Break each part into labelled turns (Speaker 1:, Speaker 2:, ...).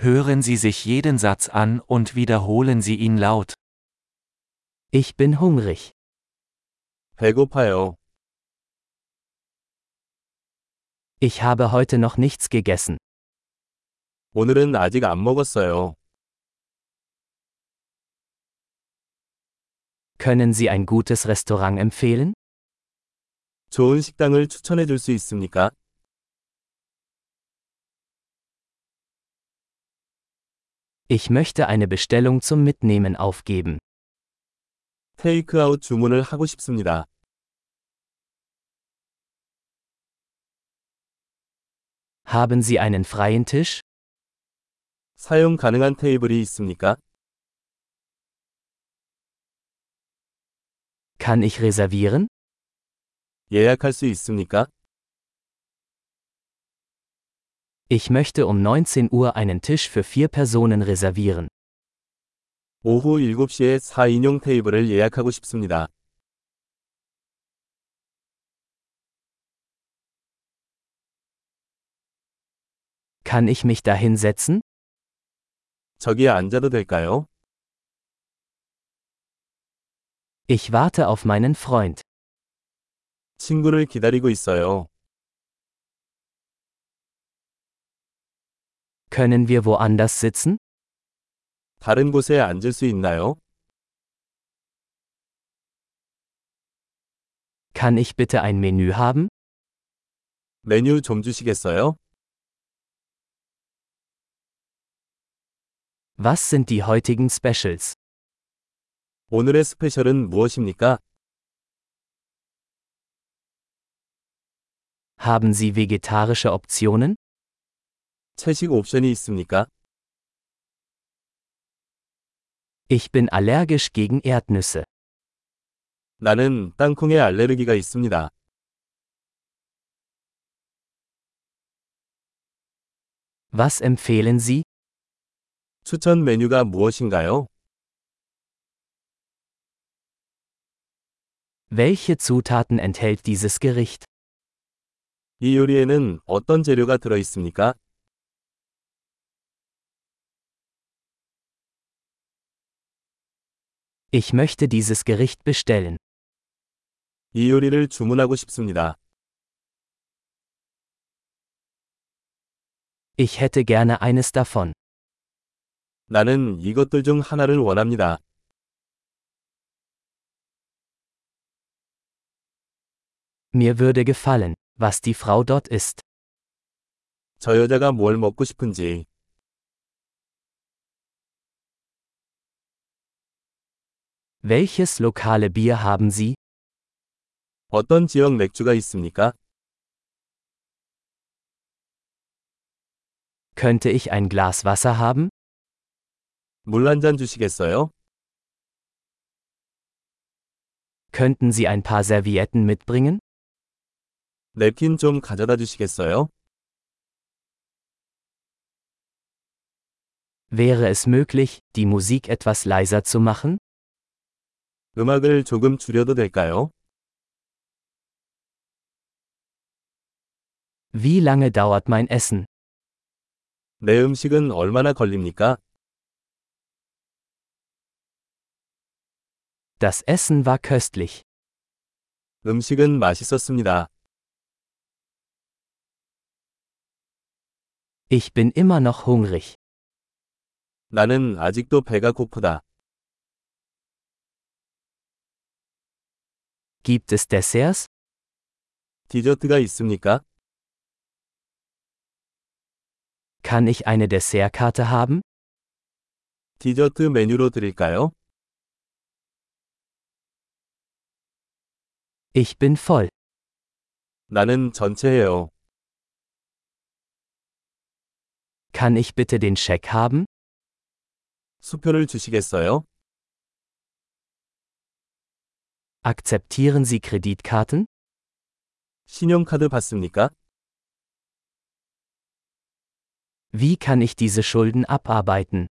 Speaker 1: Hören Sie sich jeden Satz an und wiederholen Sie ihn laut.
Speaker 2: Ich bin hungrig.
Speaker 3: 배고파요.
Speaker 2: Ich habe heute noch nichts gegessen.
Speaker 3: 오늘은 아직 안 먹었어요.
Speaker 2: Können Sie ein gutes Restaurant empfehlen?
Speaker 3: 좋은 식당을 추천해 줄 수 있습니까?
Speaker 2: Ich möchte eine Bestellung zum Mitnehmen aufgeben.
Speaker 3: 테이크아웃 주문을 하고 싶습니다.
Speaker 2: Haben Sie einen freien Tisch?
Speaker 3: 사용 가능한 테이블이 있습니까?
Speaker 2: Kann ich reservieren?
Speaker 3: 예약할 수 있습니까?
Speaker 2: Ich möchte um 19 Uhr einen Tisch für vier Personen reservieren.
Speaker 3: 오후 7시에 4인용 테이블을 예약하고 싶습니다.
Speaker 2: Kann ich mich dahin setzen?
Speaker 3: 저기에 앉아도 될까요?
Speaker 2: Ich warte auf meinen Freund.
Speaker 3: 친구를 기다리고 있어요.
Speaker 2: Können wir woanders sitzen?
Speaker 3: 다른 곳에 앉을 수 있나요?
Speaker 2: Kann ich bitte ein Menü haben?
Speaker 3: 메뉴 좀 주시겠어요?
Speaker 2: Was sind die heutigen Specials?
Speaker 3: 오늘의 스페셜은 무엇입니까?
Speaker 2: Haben Sie vegetarische Optionen?
Speaker 3: 채식 옵션이 있습니까?
Speaker 2: Ich bin allergisch gegen Erdnüsse.
Speaker 3: 나는 땅콩에 알레르기가 있습니다.
Speaker 2: Was empfehlen Sie?
Speaker 3: 추천 메뉴가 무엇인가요?
Speaker 2: Welche Zutaten enthält dieses Gericht?
Speaker 3: 이 요리에는 어떤 재료가 들어 있습니까?
Speaker 2: Ich möchte dieses Gericht bestellen.
Speaker 3: 이 요리를 주문하고 싶습니다.
Speaker 2: Ich hätte gerne eines davon.
Speaker 3: 나는 이것들 중 하나를 원합니다.
Speaker 2: Mir würde gefallen, was die Frau dort isst.
Speaker 3: 저 여자가 뭘 먹고 싶은지.
Speaker 2: Welches lokale Bier haben Sie?
Speaker 3: 어떤 지역 맥주가 있습니까?
Speaker 2: Könnte ich ein Glas Wasser haben?
Speaker 3: 물 한 잔 주시겠어요?
Speaker 2: Könnten Sie ein paar Servietten mitbringen?
Speaker 3: 냅킨 좀 가져다 주시겠어요?
Speaker 2: Wäre es möglich, die Musik etwas leiser zu machen?
Speaker 3: 음악을 조금 줄여도 될까요?
Speaker 2: Wie lange dauert mein Essen?
Speaker 3: 내 음식은 얼마나 걸립니까?
Speaker 2: Das Essen war köstlich.
Speaker 3: 음식은 맛있었습니다.
Speaker 2: Ich bin immer noch hungrig.
Speaker 3: 나는 아직도 배가 고프다.
Speaker 2: Gibt es Desserts?
Speaker 3: 디저트가 있습니까?
Speaker 2: Kann ich eine Dessertkarte haben?
Speaker 3: 디저트 메뉴로 드릴까요?
Speaker 2: Ich bin voll.
Speaker 3: 나는 전체예요.
Speaker 2: Kann ich bitte den Scheck haben?
Speaker 3: 수표를 주시겠어요?
Speaker 2: Akzeptieren Sie Kreditkarten?
Speaker 3: 신용카드 받습니까?
Speaker 2: Wie kann ich diese Schulden abarbeiten?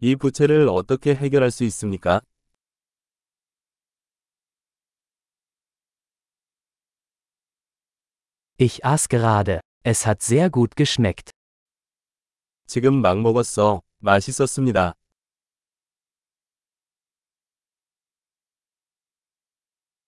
Speaker 3: 이 부채를 어떻게 해결할 수 있습니까?
Speaker 2: Ich aß gerade. Es hat sehr gut geschmeckt.
Speaker 4: 지금 막 먹었어. 맛있었습니다.